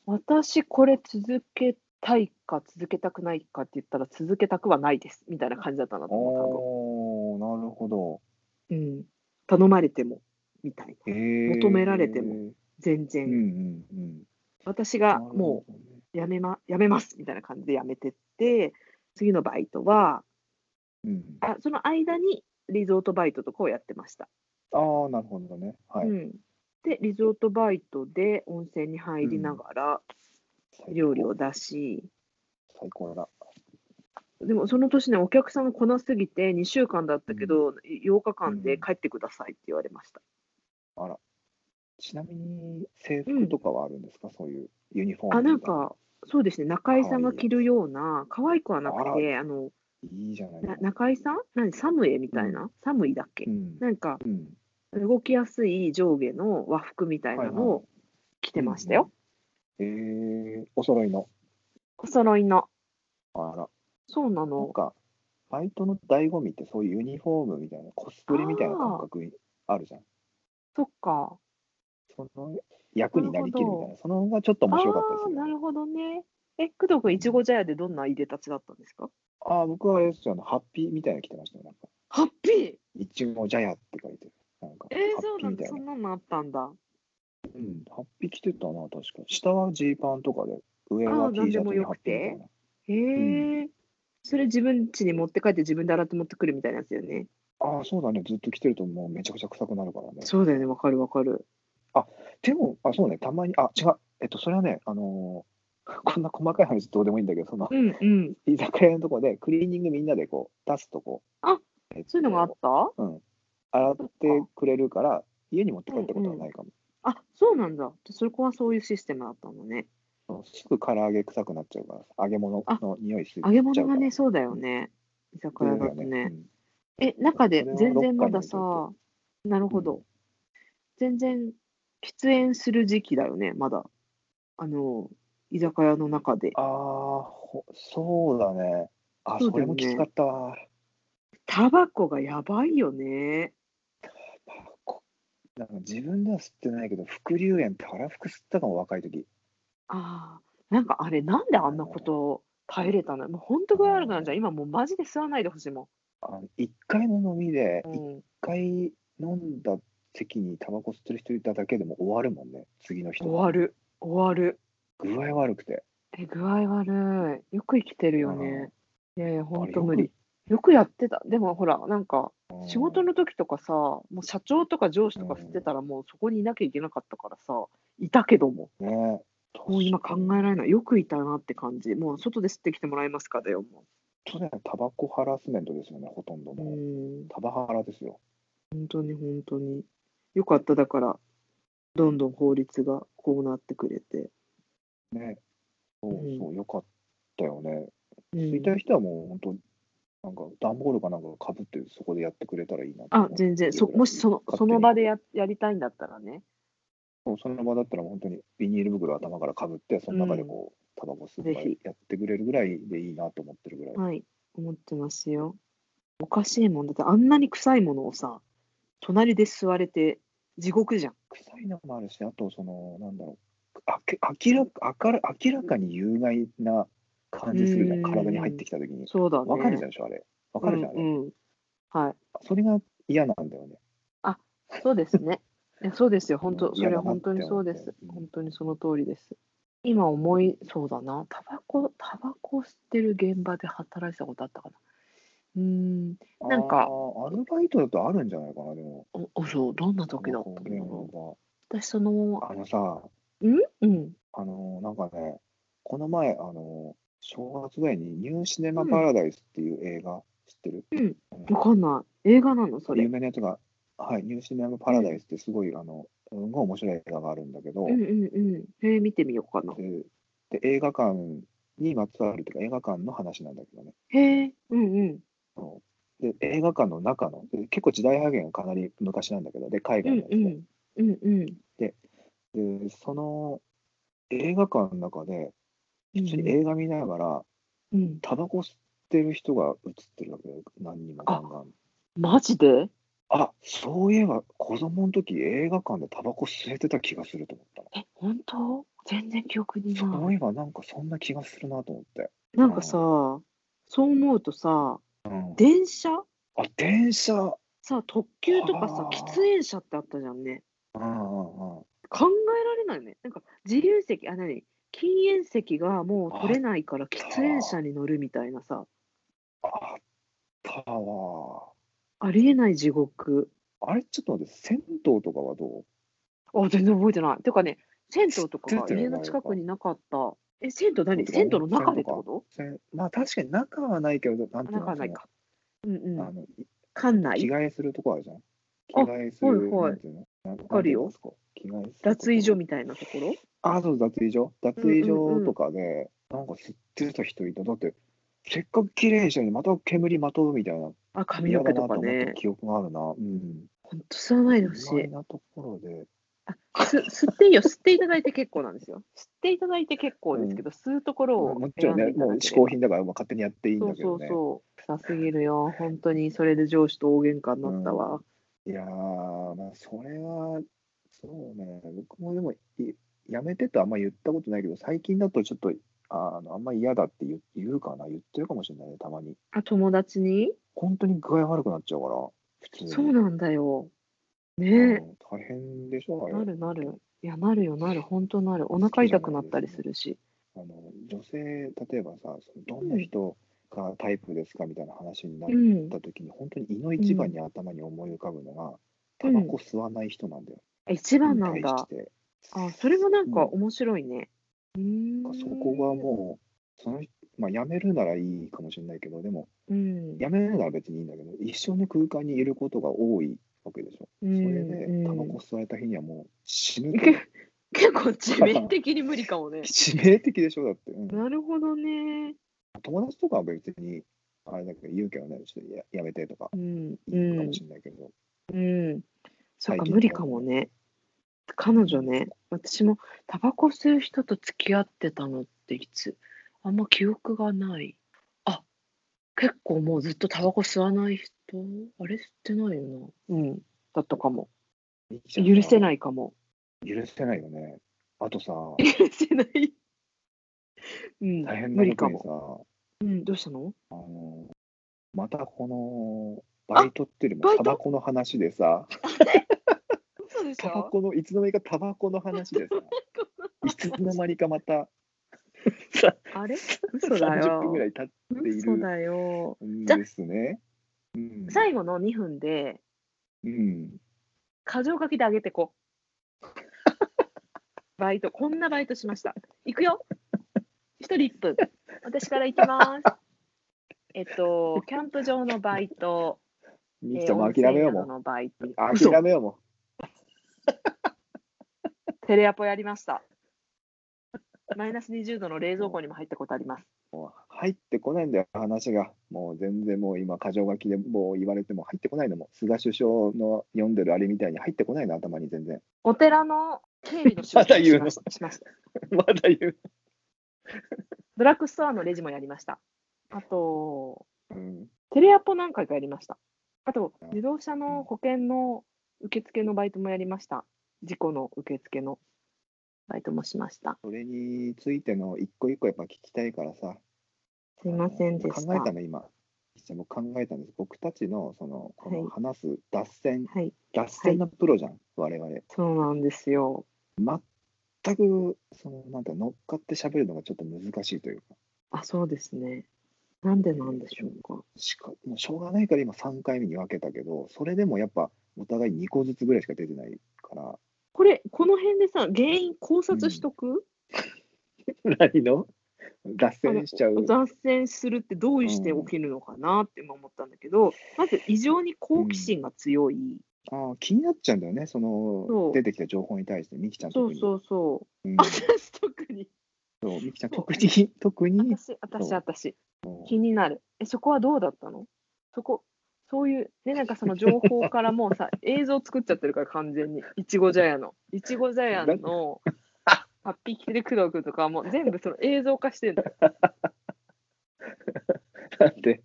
[SPEAKER 2] 私これ続けたいか続けたくないかって言ったら続けたくはないですみたいな感じだったんだと思
[SPEAKER 1] おーなるほど、
[SPEAKER 2] う多分、うん、頼まれてもみたいな
[SPEAKER 1] えー
[SPEAKER 2] 求められても全
[SPEAKER 1] う
[SPEAKER 2] 然、
[SPEAKER 1] んうんうん
[SPEAKER 2] 私がも
[SPEAKER 1] う
[SPEAKER 2] うやめ,、ま、やめますみたいな感じでやめてって次のバイトは
[SPEAKER 1] うん、
[SPEAKER 2] あその間にリゾートバイトとかをやってました
[SPEAKER 1] ああなるほどねはい、
[SPEAKER 2] うん、でリゾートバイトで温泉に入りながら料理を出し、
[SPEAKER 1] 最高だ
[SPEAKER 2] でもその年ねお客さんが来なすぎて2週間だったけど、8日間で帰ってくださいって言われました、
[SPEAKER 1] ちなみに制服とかはあるんですか、そういうユニフォーム
[SPEAKER 2] あなん
[SPEAKER 1] みたい
[SPEAKER 2] かそうですね中井さんが着るような可愛くはなくてあの
[SPEAKER 1] いいじゃないで
[SPEAKER 2] な
[SPEAKER 1] すか、
[SPEAKER 2] 中井さん何サムエみたいな、サムイだっけ、
[SPEAKER 1] うん
[SPEAKER 2] なんか
[SPEAKER 1] うん、
[SPEAKER 2] 動きやすい上下の和服みたいなの
[SPEAKER 1] はいは
[SPEAKER 2] を着てましたよ、
[SPEAKER 1] えー、お揃いの
[SPEAKER 2] お揃いの
[SPEAKER 1] あら
[SPEAKER 2] そうな
[SPEAKER 1] なん
[SPEAKER 2] の
[SPEAKER 1] か、バイトの醍醐味ってそういうユニフォームみたいな、コスプレみたいな感覚にあるじゃん。
[SPEAKER 2] そっか
[SPEAKER 1] その役になりきるみた
[SPEAKER 2] ないる
[SPEAKER 1] な、その方がちょっと面白かったで
[SPEAKER 2] あ
[SPEAKER 1] す
[SPEAKER 2] あー、な
[SPEAKER 1] ね。
[SPEAKER 2] るほどね。え、工藤君、いちご茶屋でどんないでたちだったんですか
[SPEAKER 1] ああー、僕はあれですよ、あのハッピーみたいなの着てましたよ、なんか。
[SPEAKER 2] ハッピー
[SPEAKER 1] いちごジャヤって書いてる。なんか、
[SPEAKER 2] え
[SPEAKER 1] ハ
[SPEAKER 2] ー、
[SPEAKER 1] ッ
[SPEAKER 2] そう
[SPEAKER 1] ピー
[SPEAKER 2] なん
[SPEAKER 1] み
[SPEAKER 2] だ。
[SPEAKER 1] たい
[SPEAKER 2] そ
[SPEAKER 1] な。
[SPEAKER 2] んなのあったんだ。
[SPEAKER 1] うん、ハッピー着てたな、確か。下はジーパンとかで、上
[SPEAKER 2] あ
[SPEAKER 1] は
[SPEAKER 2] ー
[SPEAKER 1] T シャツ
[SPEAKER 2] なんでも
[SPEAKER 1] に
[SPEAKER 2] よ
[SPEAKER 1] ハッ
[SPEAKER 2] く
[SPEAKER 1] ピーみ
[SPEAKER 2] て
[SPEAKER 1] たいな。
[SPEAKER 2] へえ、それ自分家に持って帰って自分で洗って持ってくるみたいなやつだよね。
[SPEAKER 1] ああ、そうだね。ずっと着てるともうめちゃくちゃ臭くなるからね。
[SPEAKER 2] そうだよね、わかるわかる。
[SPEAKER 1] でも、あ、そうね。たまに、あ、違う。えっと、それはね、あのー こんな細かい話どうでもいいんだけど、その、
[SPEAKER 2] うんうん。
[SPEAKER 1] 居酒屋のとこでクリーニングみんなでこう出すとこ
[SPEAKER 2] あ
[SPEAKER 1] えっと
[SPEAKER 2] そういうのがあった
[SPEAKER 1] うん洗ってくれるから、家に持って帰ったことはないかも。
[SPEAKER 2] あ、そうなんだ。じゃそこはそういうシステムだったんだね。
[SPEAKER 1] すぐ唐揚げ臭くなっちゃうから、揚げ物の匂いする。
[SPEAKER 2] 揚げ物がね、そうだよね。居酒屋だとね。え、中で全然まださ、なるほど。全然喫煙する時期だよね、まだ。あの、居酒屋の中で。
[SPEAKER 1] ああ、そうだね。あ、
[SPEAKER 2] そうだ
[SPEAKER 1] それ
[SPEAKER 2] よね
[SPEAKER 1] もきつかったわ。
[SPEAKER 2] タバコがやばいよね。
[SPEAKER 1] こなんか自分では吸ってないけど、副流煙、たらふく吸ったかも、若い時
[SPEAKER 2] ああ、なんかあれ、なんであんなこと耐えれたのもう本当具合悪くなるじゃん。今もうマジで吸わないでほしいも
[SPEAKER 1] あ1回の飲みで、
[SPEAKER 2] ん。
[SPEAKER 1] 1
[SPEAKER 2] うん。
[SPEAKER 1] 回飲んだ席にタバコ吸ってる人いただけでも終わるもんね、次の人。
[SPEAKER 2] 終わ。る。終わる。
[SPEAKER 1] 具合悪くて。
[SPEAKER 2] え、具合悪い。よく生きてるよね。いやいや、
[SPEAKER 1] あ
[SPEAKER 2] 本
[SPEAKER 1] れ
[SPEAKER 2] 当無理。。よくやってた。でもほら、なんか、仕事
[SPEAKER 1] の
[SPEAKER 2] の時とかさ、もう社長とか上司とか吸ってたら、もうそこにいなきゃいけなかったからさ、いたけども、
[SPEAKER 1] ねも
[SPEAKER 2] もう今考えられない。よくいたなって感じ。もう外で吸ってきてもらえますかだよ、も
[SPEAKER 1] それタバコハラスメントですよね、ほとんど
[SPEAKER 2] う。う
[SPEAKER 1] もう。
[SPEAKER 2] ん。
[SPEAKER 1] タバハラですよ。
[SPEAKER 2] 本当に本当に。よかった、だから、どんどん法律がこうなってくれて。
[SPEAKER 1] ね。そう
[SPEAKER 2] うん
[SPEAKER 1] そう、よかったよね。
[SPEAKER 2] うん
[SPEAKER 1] 吸いたい人はもう本当、なんか段ボールかなんかかぶって、そこでやってくれたらいいなと思
[SPEAKER 2] あ
[SPEAKER 1] う、
[SPEAKER 2] 全然、そもしその
[SPEAKER 1] 勝手に
[SPEAKER 2] その場でややりたいんだったらね。
[SPEAKER 1] そうその場だったら、本当にビニール袋頭からかぶって、その中でこう、タバコ吸
[SPEAKER 2] ぜ
[SPEAKER 1] って
[SPEAKER 2] ひ
[SPEAKER 1] やってくれるぐらいでいいなと思ってるぐらい。
[SPEAKER 2] はい、思ってますよ。おかしいもんだって、あんなに臭いものをさ、隣で吸われて地獄じゃん。
[SPEAKER 1] 臭いのもあるし、あと、その、なんだろう、あけ明らか明ら明らかに有害な感じするじゃ
[SPEAKER 2] うん
[SPEAKER 1] ん、体に入ってきたときに。
[SPEAKER 2] そうだね。
[SPEAKER 1] わかるじゃんでしょ、あれ。わかるじゃん、あれ。
[SPEAKER 2] うんうん。はい。
[SPEAKER 1] それが嫌なんだよね。
[SPEAKER 2] そうですね。いやそうですよ。本
[SPEAKER 1] う
[SPEAKER 2] 当
[SPEAKER 1] ん
[SPEAKER 2] それは本当にそうで
[SPEAKER 1] 嫌だなっ
[SPEAKER 2] す
[SPEAKER 1] て。思って
[SPEAKER 2] 本当にその通りです。今思い、そうだな。タバコ、タバコ吸ってる現場で働いてたことあったかな。うーん。なんか
[SPEAKER 1] あーアルバイトだとあるんじゃないかな、でも。
[SPEAKER 2] お、おそう、どんな時だった
[SPEAKER 1] こ
[SPEAKER 2] んだ
[SPEAKER 1] ういうの
[SPEAKER 2] ろ
[SPEAKER 1] が
[SPEAKER 2] う。私、その、
[SPEAKER 1] あのさ、
[SPEAKER 2] うん。
[SPEAKER 1] あのーなんかね、この前、あのー正月ぐらいにニューシネマパラダイスっていう映画、知ってる
[SPEAKER 2] うん
[SPEAKER 1] あ
[SPEAKER 2] わ
[SPEAKER 1] の
[SPEAKER 2] かんない。映画なのそれ。
[SPEAKER 1] 有
[SPEAKER 2] う
[SPEAKER 1] 名なやつが、はい、ニューシネマパラダイスってすごい、あの、すんごい面白い映画があるんだけど、
[SPEAKER 2] んうんうん。えー、見てみようかな。
[SPEAKER 1] でで映画館にまつわるというか、映画館の話なんだけどね。
[SPEAKER 2] へえ、うんうん。
[SPEAKER 1] そうで映画館の中の、で結構時代背景がかなり昔なんだけど、で、海
[SPEAKER 2] う
[SPEAKER 1] 外
[SPEAKER 2] ん
[SPEAKER 1] のやつ
[SPEAKER 2] う
[SPEAKER 1] で、
[SPEAKER 2] ん。うんうん。
[SPEAKER 1] でその映画館の中で、
[SPEAKER 2] 普
[SPEAKER 1] 普通に映画見ながら、
[SPEAKER 2] うん。
[SPEAKER 1] タバコ吸ってる人が映ってるわけよ、何人もガンガン。
[SPEAKER 2] マジで
[SPEAKER 1] あそういえば、子供の時映画館でタバコ吸えてた気がすると思ったの。
[SPEAKER 2] え、本当全然記憶にない。
[SPEAKER 1] そういえば、なんかそんな気がするなと思って。
[SPEAKER 2] なんかさ、そう思うとさ、
[SPEAKER 1] うん、
[SPEAKER 2] 電車
[SPEAKER 1] あ、電車。うん
[SPEAKER 2] さ、特急とか
[SPEAKER 1] あ、
[SPEAKER 2] さ
[SPEAKER 1] ー
[SPEAKER 2] 喫煙車ってあったじゃんね。
[SPEAKER 1] うんうん。
[SPEAKER 2] 考えられないよね。なんか自由席、あ、何禁煙席がもう取れないから
[SPEAKER 1] た
[SPEAKER 2] 喫煙車に乗るみたいなさ、
[SPEAKER 1] あったわ。
[SPEAKER 2] ありえない地獄。
[SPEAKER 1] あれ、ちょっと待って、銭湯とかはどう
[SPEAKER 2] あ、全然覚えてない。てかね、銭湯とか
[SPEAKER 1] 知っ
[SPEAKER 2] が
[SPEAKER 1] てたよ
[SPEAKER 2] 家の近くになかった。え、銭湯何
[SPEAKER 1] そう
[SPEAKER 2] 銭湯の中でって
[SPEAKER 1] 銭湯か
[SPEAKER 2] こと
[SPEAKER 1] せんまあ、確かに中はないけど、なんていうの
[SPEAKER 2] 中はないか。うん
[SPEAKER 1] その
[SPEAKER 2] う
[SPEAKER 1] あ
[SPEAKER 2] ん。
[SPEAKER 1] の
[SPEAKER 2] 館内
[SPEAKER 1] 着替えするとこあるじゃん。
[SPEAKER 2] あ
[SPEAKER 1] 着替えする。
[SPEAKER 2] はいはい
[SPEAKER 1] なんていうのな
[SPEAKER 2] わかるよ
[SPEAKER 1] なんていうんですか。着替えするとこ
[SPEAKER 2] 脱衣所みたいなところ
[SPEAKER 1] あ、そう、脱衣所脱衣
[SPEAKER 2] うんうんう
[SPEAKER 1] 所
[SPEAKER 2] ん
[SPEAKER 1] とかで、なんか吸ってた人いた。だって、せっかく綺麗にしたのに、また煙まとうみたいな。
[SPEAKER 2] あ、髪の毛と
[SPEAKER 1] 嫌だな
[SPEAKER 2] か
[SPEAKER 1] 思
[SPEAKER 2] ね
[SPEAKER 1] った。記憶があるな。うん。
[SPEAKER 2] ほんと吸わないでほし
[SPEAKER 1] 意
[SPEAKER 2] い
[SPEAKER 1] 外。なところで。
[SPEAKER 2] す吸っていいよ、吸っていただいて結構なんですよ。吸っていただいて結構ですけど、吸うところを
[SPEAKER 1] もち
[SPEAKER 2] 選
[SPEAKER 1] ろ
[SPEAKER 2] ん
[SPEAKER 1] んね
[SPEAKER 2] でい、た
[SPEAKER 1] もう
[SPEAKER 2] だ
[SPEAKER 1] 嗜
[SPEAKER 2] けれ
[SPEAKER 1] 好
[SPEAKER 2] ば。
[SPEAKER 1] 品だから、まあ、勝手にやっていいん
[SPEAKER 2] そう
[SPEAKER 1] だけ
[SPEAKER 2] そ
[SPEAKER 1] ど
[SPEAKER 2] う
[SPEAKER 1] ね。
[SPEAKER 2] そう。臭すぎるよ、本当に。それで上司と大喧嘩になったわ。
[SPEAKER 1] いやー、まあ、それは、そうね、僕もでも、いやめてとあんま言ったことないけど、最近だとちょっと、ああのあんま嫌だって言う言うかな、言ってるかもしれないね、たまに。
[SPEAKER 2] あ、友達に
[SPEAKER 1] 本当に具合悪くなっちゃうから、普通に。
[SPEAKER 2] そうなんだよ。
[SPEAKER 1] うん
[SPEAKER 2] ね
[SPEAKER 1] 大変でしょ、あ
[SPEAKER 2] え、
[SPEAKER 1] れ。
[SPEAKER 2] なるなる。いや、なるよ、なる。本当なる。お腹痛くなったりするし。
[SPEAKER 1] あの女性、例えばさ、そのどんな人がタイプですかみたいな話になっ
[SPEAKER 2] うん。
[SPEAKER 1] た時に、本当に胃の一番に頭に思い浮かぶのが、タバコ吸わない人なんだよ。
[SPEAKER 2] 一番な
[SPEAKER 1] 対
[SPEAKER 2] ん
[SPEAKER 1] し
[SPEAKER 2] だ。
[SPEAKER 1] て。
[SPEAKER 2] あ、それもなんか
[SPEAKER 1] うん
[SPEAKER 2] 面白いね。うーん。
[SPEAKER 1] そこがもう、その人まあ、辞めるならいいかもしれないけど、でも、
[SPEAKER 2] うん。
[SPEAKER 1] 辞めるなら別にいいんだけど、一緒の空間にいることが多いわけでしょ。そ
[SPEAKER 2] うん
[SPEAKER 1] れで
[SPEAKER 2] うん
[SPEAKER 1] タバコ吸われた日にはもう死 ぬと
[SPEAKER 2] 結構致命的に無理かもね
[SPEAKER 1] 致命的でしょだって、うん
[SPEAKER 2] なるほどね
[SPEAKER 1] 友達とかは別にあれだけど言うけどねちょっとややめてとか
[SPEAKER 2] うんう
[SPEAKER 1] 言うか
[SPEAKER 2] ん
[SPEAKER 1] もしれないけど、
[SPEAKER 2] うんそっ
[SPEAKER 1] 最
[SPEAKER 2] か
[SPEAKER 1] 近
[SPEAKER 2] 無理かもね彼女ね私もタバコ吸う人と付き合ってたのっていつあんま記憶がないあ結構もうずっとタバコ吸わない人あれ吸ってないよなうんだったかも許せ
[SPEAKER 1] い
[SPEAKER 2] ないかも
[SPEAKER 1] 許せないよねあとさ
[SPEAKER 2] 許せない うん
[SPEAKER 1] 大変
[SPEAKER 2] 無
[SPEAKER 1] な
[SPEAKER 2] 理
[SPEAKER 1] こ
[SPEAKER 2] か
[SPEAKER 1] とに
[SPEAKER 2] も
[SPEAKER 1] さ
[SPEAKER 2] うんどうしたの
[SPEAKER 1] あのまたこのバイトっていうより
[SPEAKER 2] あバ
[SPEAKER 1] も
[SPEAKER 2] イ
[SPEAKER 1] タ
[SPEAKER 2] ト
[SPEAKER 1] バコの話でさ
[SPEAKER 2] 嘘で
[SPEAKER 1] タバコのいつの間にかタバコの話でさいつの間にかまたさ
[SPEAKER 2] あれ 嘘だ
[SPEAKER 1] 30分ぐら
[SPEAKER 2] よ
[SPEAKER 1] い経っっている
[SPEAKER 2] 嘘だよ
[SPEAKER 1] たん
[SPEAKER 2] じゃ
[SPEAKER 1] ですね。うん
[SPEAKER 2] 最後の2分で
[SPEAKER 1] うん、
[SPEAKER 2] 過剰書きであげてこう。 バイト、こんなバイトしました。行くよ。一人一分。私から行きます。えっと、キャンプ場のバイト、
[SPEAKER 1] みき
[SPEAKER 2] え
[SPEAKER 1] ちゃ
[SPEAKER 2] ー
[SPEAKER 1] んもう
[SPEAKER 2] 温
[SPEAKER 1] 諦
[SPEAKER 2] 泉
[SPEAKER 1] めよう
[SPEAKER 2] 宿
[SPEAKER 1] も
[SPEAKER 2] のバイト、
[SPEAKER 1] う。
[SPEAKER 2] 嘘
[SPEAKER 1] 諦めようも
[SPEAKER 2] テレアポやりました。マイナス20度の冷蔵庫にも入ったことあります。
[SPEAKER 1] う。もう入ってこないんだよ、話が。もう全然もう今、過剰書きでもう言われても入ってこないのも、菅首相の読んでるあれみたいに入ってこないの、頭に全然。
[SPEAKER 2] お寺の警備の仕事
[SPEAKER 1] まだ言うの
[SPEAKER 2] をしましたしました。
[SPEAKER 1] まだ言う。
[SPEAKER 2] ドラッグストアのレジもやりました。あと、
[SPEAKER 1] うん、
[SPEAKER 2] テレアポ何回かやりました。あと、自動車の保険の受付のバイトもやりました。事故の受付のバイトもしました。
[SPEAKER 1] それについての一個一個やっぱ聞きたいからさ。
[SPEAKER 2] すいませんでし
[SPEAKER 1] 考
[SPEAKER 2] た。
[SPEAKER 1] えた
[SPEAKER 2] は
[SPEAKER 1] の、今。みきちゃんも考えたんです。僕たちの、その、この
[SPEAKER 2] はい
[SPEAKER 1] 話す脱線、
[SPEAKER 2] い、
[SPEAKER 1] 脱線のプロじゃん、我々。
[SPEAKER 2] そうなんですよ。
[SPEAKER 1] 全く、その、なんて乗っかって喋るのがちょっと難しいというか。
[SPEAKER 2] あ、そうですね。なんでなんでしょうか。
[SPEAKER 1] しかもうしょうがないから今3回目に分けたけどそれでもやっぱお互い2個ずつぐらいしか出てないか
[SPEAKER 2] これ、この辺でさ、原因考察しとく、
[SPEAKER 1] ら何の脱線しちゃう
[SPEAKER 2] 脱線するってどうして起きるのかなって今思ったんだけど、まず異常に好奇心が強い。
[SPEAKER 1] あー気になっちゃうんだよねその
[SPEAKER 2] そう
[SPEAKER 1] 出てきた情報に対してみきちゃん特
[SPEAKER 2] そう
[SPEAKER 1] に
[SPEAKER 2] そうそう。
[SPEAKER 1] うん
[SPEAKER 2] 私特に。
[SPEAKER 1] そうみきちゃん
[SPEAKER 2] そう
[SPEAKER 1] 特に 特に
[SPEAKER 2] 私、私、
[SPEAKER 1] そう
[SPEAKER 2] 私。
[SPEAKER 1] もう
[SPEAKER 2] 気になる。え、そこはどうだったのそこ、そういう、ね、なんかその情報からも うさ、映像作っちゃってるから完全に。いちごジャヤの。いちごジャヤの、ハッピーキテレクドくんとかはもう全部その映像化してるの。
[SPEAKER 1] だって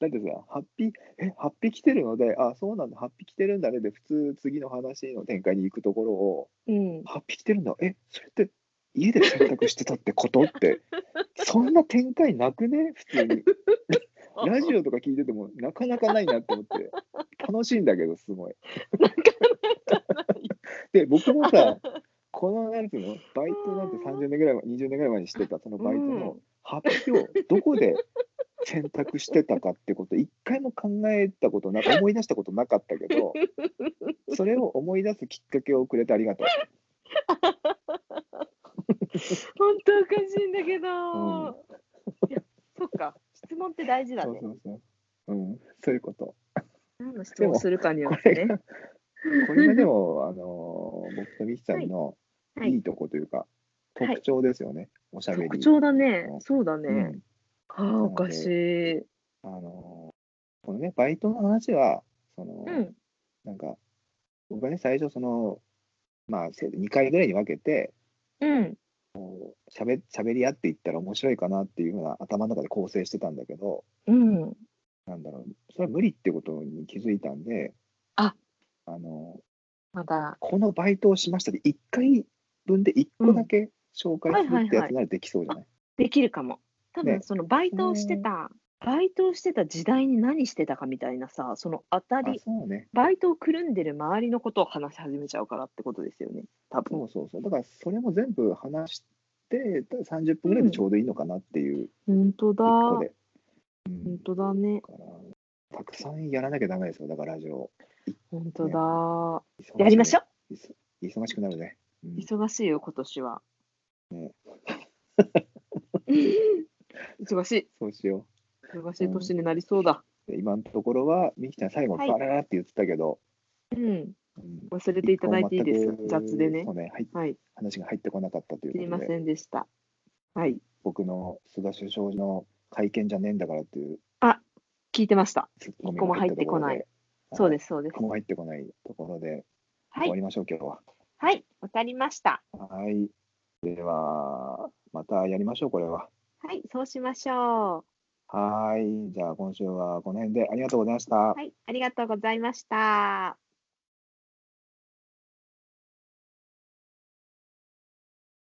[SPEAKER 1] だってさハッピーえハッピー来てるのであそうなんだハッピー来てるんだねで普通次の話の展開に行くところを
[SPEAKER 2] うん。
[SPEAKER 1] ハッピー来てるんだえそれって家で洗濯してたってこと ってそんな展開なくね普通に。ラジオとか聞いててもなかなかないなって思って楽しいんだけどすごい。で僕も さこのなんていうのバイトなんて30年ぐらい前20年ぐらい前にしてたそのバイトの
[SPEAKER 2] うん
[SPEAKER 1] 発表どこで選択してたかってこと一回も考えたことなく思い出したことなかったけどそれを思い出すきっかけをくれてありがとう。
[SPEAKER 2] 本当おかしいんだけど。
[SPEAKER 1] うん
[SPEAKER 2] いや、そっか。質問って大事だ
[SPEAKER 1] そう
[SPEAKER 2] ね。
[SPEAKER 1] そうそううん、そういうこと。
[SPEAKER 2] 何の質問をするかによ
[SPEAKER 1] こ
[SPEAKER 2] って
[SPEAKER 1] れ
[SPEAKER 2] ね
[SPEAKER 1] が。これがでも、あ のー僕とミキさんの、
[SPEAKER 2] はいい。
[SPEAKER 1] いとこというか、
[SPEAKER 2] はい
[SPEAKER 1] 特徴ですよね、おしゃべり。
[SPEAKER 2] 特徴だね
[SPEAKER 1] うん。
[SPEAKER 2] そうだね。
[SPEAKER 1] うん
[SPEAKER 2] ああ、おかしい。
[SPEAKER 1] あのーこのね、バイトの話は、その、
[SPEAKER 2] うん。
[SPEAKER 1] なんか、僕がね、最初、その、まあ、せ2回ぐらいに分けて、
[SPEAKER 2] うん。
[SPEAKER 1] しゃべり合っていったら面白いかなっていうような頭の中で構成してたんだけど、
[SPEAKER 2] うん。
[SPEAKER 1] なんだろう、それは無理ってことに気づいたんで、
[SPEAKER 2] あ
[SPEAKER 1] あのー
[SPEAKER 2] まだ。
[SPEAKER 1] このバイトをしましたで、1回分で1個だけ紹介す
[SPEAKER 2] うんは
[SPEAKER 1] る
[SPEAKER 2] い
[SPEAKER 1] ってや
[SPEAKER 2] はいはい
[SPEAKER 1] つならできそうじゃない、
[SPEAKER 2] できるかも。多
[SPEAKER 1] ね
[SPEAKER 2] 分そのバイトをしてた、バイトをしてた時代に何してたかみたいなさ、その当たり
[SPEAKER 1] あ、、そうね。
[SPEAKER 2] バイトをくるんでる周りのことを話し始めちゃうからってことですよね、多分。
[SPEAKER 1] そうそうそう。だからそれも全部話して、30分ぐらいでちょうどいいのかなっていう、
[SPEAKER 2] 本当だ。
[SPEAKER 1] 一個
[SPEAKER 2] 本
[SPEAKER 1] で。うん、だ
[SPEAKER 2] 当だね。
[SPEAKER 1] から、たくさんやらなきゃダメですよ、だからラジオ。
[SPEAKER 2] 本当
[SPEAKER 1] 忙
[SPEAKER 2] だ。やりましょ
[SPEAKER 1] う。
[SPEAKER 2] う。
[SPEAKER 1] いそ忙しくなるね。うん
[SPEAKER 2] 忙しいよ、今年は。
[SPEAKER 1] ね
[SPEAKER 2] 忙しい。
[SPEAKER 1] そうしよ
[SPEAKER 2] 忙しい年になりそうだ。
[SPEAKER 1] う。で今のところは、みきちゃん最後、
[SPEAKER 2] は
[SPEAKER 1] パ
[SPEAKER 2] い
[SPEAKER 1] ラララって言ってたけど、
[SPEAKER 2] うん。
[SPEAKER 1] うん
[SPEAKER 2] 忘れていただいていいで
[SPEAKER 1] 一
[SPEAKER 2] す
[SPEAKER 1] 個も。全く
[SPEAKER 2] 雑でね
[SPEAKER 1] そ。うね、はい、
[SPEAKER 2] はい。
[SPEAKER 1] 話が入ってこなかったという
[SPEAKER 2] すい
[SPEAKER 1] こ
[SPEAKER 2] ま
[SPEAKER 1] とで、
[SPEAKER 2] せんでした。はい。
[SPEAKER 1] 僕の菅首相の会見じゃねえんだからっていう
[SPEAKER 2] 聞いてました。
[SPEAKER 1] ツッコミ
[SPEAKER 2] 一個も
[SPEAKER 1] が
[SPEAKER 2] 入
[SPEAKER 1] 入
[SPEAKER 2] っ
[SPEAKER 1] ってて
[SPEAKER 2] こ
[SPEAKER 1] こ
[SPEAKER 2] な
[SPEAKER 1] ないい。。
[SPEAKER 2] そうですす、そうで
[SPEAKER 1] 一
[SPEAKER 2] す
[SPEAKER 1] 個。も入ってこないところで
[SPEAKER 2] は
[SPEAKER 1] 終わ
[SPEAKER 2] い。
[SPEAKER 1] りましょう、今日は。
[SPEAKER 2] はい。わかりました。
[SPEAKER 1] はい。では、またやりましょう、これは。
[SPEAKER 2] はい。そうしましょう。
[SPEAKER 1] はい。じゃあ、今週はこの辺でありがとうございました。
[SPEAKER 2] はい。ありがとうございました。